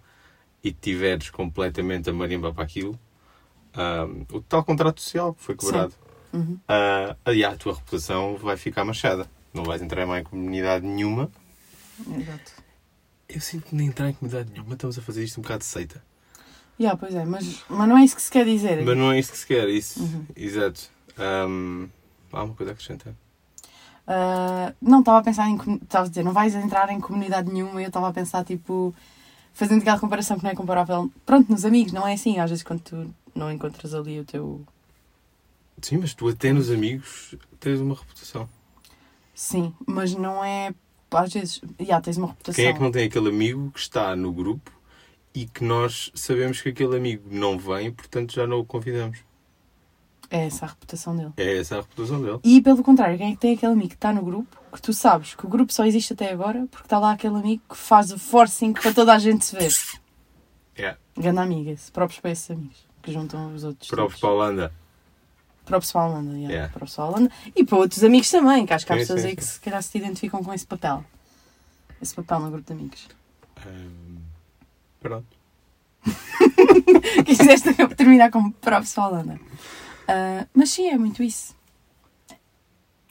B: e estiveres completamente a marimba para aquilo, ah, o tal contrato social que foi quebrado
A: Uhum.
B: ah, aí a tua reputação vai ficar manchada. Não vais entrar mais em comunidade nenhuma.
A: Exato.
B: Eu sinto-me entrar em comunidade nenhuma, estamos a fazer isto um bocado de seita.
A: Yeah, pois é, mas, mas não é isso que se quer dizer.
B: Mas não é isso que se quer, isso.
A: Uhum.
B: Exato. Ahm, há uma coisa a acrescentar.
A: Ah, não, estava a pensar em. comu- Estava a dizer, não vais entrar em comunidade nenhuma. e Eu estava a pensar, tipo. Fazendo aquela comparação que não é comparável. Pronto, nos amigos, não é assim. Às vezes, quando tu não encontras ali o teu.
B: Sim, mas tu até nos amigos tens uma reputação.
A: Sim, mas não é. Às vezes, já tens uma reputação.
B: Quem é que não tem aquele amigo que está no grupo e que nós sabemos que aquele amigo não vem, portanto já não o convidamos?
A: É essa a reputação dele.
B: É essa a reputação dele.
A: E pelo contrário, quem é que tem aquele amigo que está no grupo, que tu sabes que o grupo só existe até agora porque está lá aquele amigo que faz o forcing para toda a gente se ver.
B: É,
A: Ganda amiga, próprios para esses amigos que juntam os outros.
B: próprios para a
A: todos.
B: Holanda.
A: Próprios para a Holanda, yeah.
B: Yeah.
A: Próprios para a Holanda. E para outros amigos também, que acho que há
B: Sim,
A: pessoas
B: sim,
A: aí que se calhar se identificam com esse papel. Esse papel no grupo de amigos.
B: Ahm, pronto.
A: Quiseste terminar como próprios para a Holanda. Ah, mas sim, é muito isso.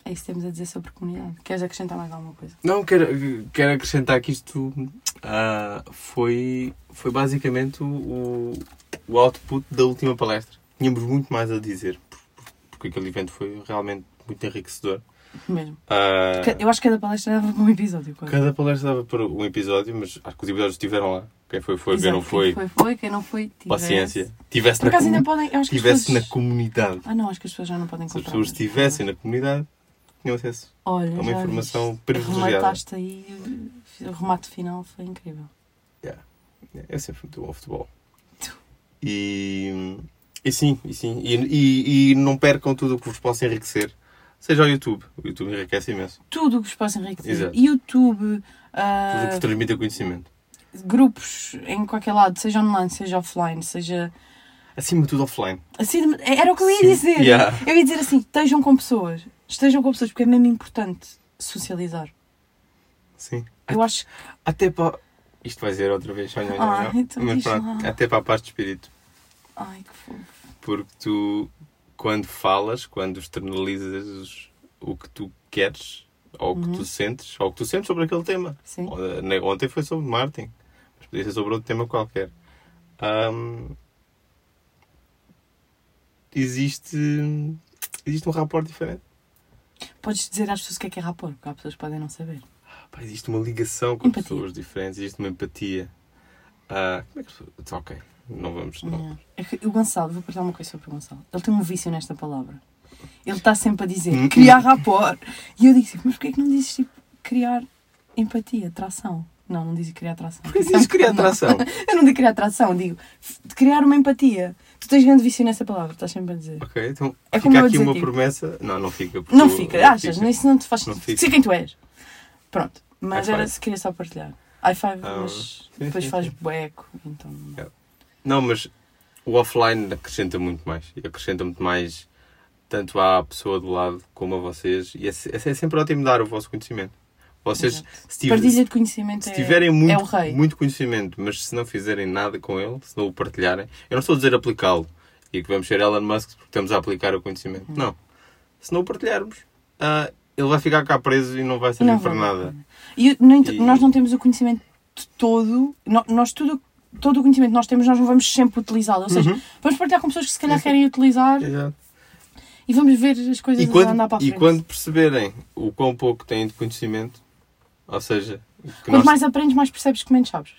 A: É isso que temos a dizer sobre comunidade. Queres acrescentar mais alguma coisa?
B: Não, quero, quero acrescentar que isto ah, foi, foi basicamente o, o output da última palestra. Tínhamos muito mais a dizer, por- por- porque aquele evento foi realmente muito enriquecedor.
A: Mesmo.
B: Ah,
A: Ca- Eu acho que cada palestra dava um episódio. quase.
B: cada palestra dava para um episódio, mas acho que os episódios estiveram lá. Quem foi, foi. Quem
A: Exato,
B: não foi,
A: Quem foi, foi, quem não foi. tivesse.
B: paciência. Tivesse
A: Por
B: na,
A: acaso ainda
B: comu-
A: podem. Eu acho que as
B: tivesse na
A: pessoas...
B: comunidade.
A: Ah, não, acho que as pessoas já não podem
B: Se as
A: comprar.
B: pessoas estivessem na comunidade, tinham acesso
A: Olha,
B: a é uma
A: já
B: informação
A: viste.
B: privilegiada.
A: Remataste aí, o remate final foi incrível.
B: Eu sempre fui é muito bom ao futebol. E, e sim, e sim. E, e- e não percam tudo o que vos possa enriquecer. Seja o YouTube. O YouTube enriquece imenso.
A: Tudo o que vos possa enriquecer.
B: Exato.
A: YouTube,
B: Tudo o que
A: ah,
B: vos transmite é conhecimento.
A: grupos em qualquer lado, seja online, seja offline, seja.
B: Acima de tudo offline.
A: Assim, era o que eu ia
B: Sim.
A: dizer.
B: Yeah.
A: Eu ia dizer assim: estejam com pessoas. Estejam com pessoas, porque é mesmo importante socializar.
B: Sim.
A: Eu acho
B: Até para. Isto vai ser outra vez. Não, não,
A: Ah,
B: não.
A: então
B: Mas
A: diz lá.
B: pronto, até para a parte de espírito.
A: Ai, que fofo.
B: Porque tu, quando falas, quando externalizas os- o que tu queres, ou o que
A: Uhum.
B: tu sentes, ou o que tu sentes sobre aquele tema.
A: Sim.
B: Ou- Eh, ne- Ontem foi sobre Martin, mas podia ser sobre outro tema qualquer. Ahm, existe, existe um rapport diferente.
A: Podes dizer às pessoas o que é que é rapor, porque há pessoas que podem não saber.
B: Pá, existe uma ligação com
A: Empatia.
B: pessoas diferentes, existe uma empatia. Ah, como é que as pessoas- tá, Ok, não vamos. Não.
A: Yeah. É que o Gonçalo, vou partilhar uma coisa sobre o Gonçalo. Ele tem um vício nesta palavra. Ele está sempre a dizer
B: Hum.
A: criar rapor. E eu digo assim, mas porquê é que não dizes tipo criar empatia, tração? Não, não dizes criar tração.
B: Porque existe criar atração.
A: Eu não digo criar tração, digo f- de criar uma empatia. Tu tens grande vício nessa palavra, estás sempre a dizer.
B: Ok, então
A: É como eu
B: fica aqui
A: dizer,
B: uma
A: tipo-
B: promessa. Não, não fica. porque tipo
A: Não
B: eu-
A: fica,
B: eu
A: achas?
B: fico.
A: Isso não te faz.
B: Não fica.
A: Sei quem tu és. Pronto, mas
B: High
A: era
B: five.
A: se queria só partilhar. High five,
B: Ah,
A: mas
B: sim,
A: depois
B: sim,
A: faz
B: sim.
A: bueco, então.
B: Não, mas o offline acrescenta muito mais. E Acrescenta muito mais tanto à pessoa do lado como a vocês. E é, se- é sempre ótimo dar o vosso conhecimento. Vocês,
A: Exato.
B: se, tive-
A: Partilha de conhecimento
B: se
A: é-
B: tiverem
A: é
B: muito,
A: o rei.
B: muito conhecimento, mas se não fizerem nada com ele, se não o partilharem, eu não estou a dizer aplicá-lo e que vamos ser Elon Musk porque estamos a aplicar o conhecimento.
A: Hum.
B: Não. Se não o partilharmos, ah, ele vai ficar cá preso e não vai servir
A: Não
B: para
A: vale a
B: nada.
A: E eu- no ent-
B: E-
A: nós não temos o conhecimento de todo, no- nós tudo, todo o conhecimento que nós temos, nós não vamos sempre utilizá-lo. Ou seja,
B: Uhum.
A: vamos partilhar com pessoas que se calhar querem utilizar
B: Exato.
A: e vamos ver as coisas
B: É. E
A: a andar para a
B: quando, e
A: frente.
B: quando perceberem o quão pouco têm de conhecimento, ou seja, que
A: Quanto
B: nós,
A: mais aprendes, mais percebes que menos sabes.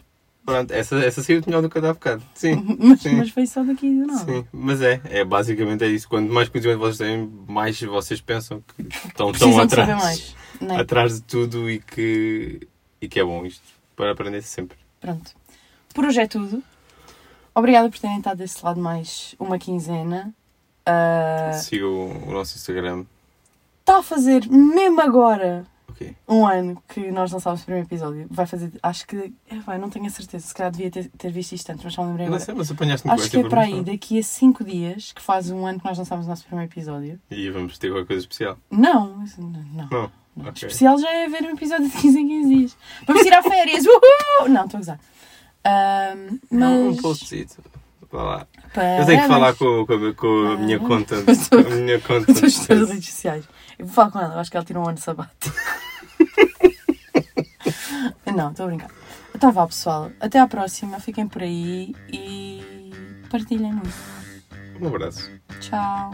B: pronto, essa, essa saiu melhor do que a da bocado. Sim,
A: Mas,
B: Sim.
A: mas foi só daqui do nada.
B: sim, mas é, é basicamente é isso. Quanto mais conhecimento vocês têm, mais vocês pensam que estão, estão
A: Precisam de saber
B: atrás,
A: mais. Né?
B: atrás de tudo e que, e que é bom isto, para aprender sempre.
A: Pronto. Por hoje é tudo. Obrigada por terem estado desse lado mais uma quinzena. Ah,
B: Sigam o nosso Instagram.
A: Está a fazer mesmo agora
B: Ok,
A: um ano que nós lançámos o primeiro episódio. Vai fazer, acho que, é, vai, não tenho a certeza, se calhar devia ter, ter visto isto antes, mas só me lembrei
B: não
A: agora.
B: sei, mas apanhaste-me com
A: Acho
B: esta
A: que é para aí,
B: informação.
A: daqui a 5 dias, que faz um ano que nós lançámos o nosso primeiro episódio.
B: E vamos ter qualquer coisa especial.
A: Não, isso não. não.
B: Não,
A: não.
B: ok.
A: Especial já é ver um episódio de 15 em 15 dias. Vamos tirar férias! Uhul! Não, estou a gozar. Ahm, mas.
B: um postzito. Vá lá. Eu
A: parabéns.
B: tenho que falar com, com, a- com a minha conta. Com a minha conta.
A: As tuas histórias redes sociais. Eu vou falar com ela, eu acho que ela tirou um ano sabático. Não, estou a brincar. Então vá, pessoal. Até à próxima. Fiquem por aí e partilhem muito.
B: Um abraço.
A: Tchau.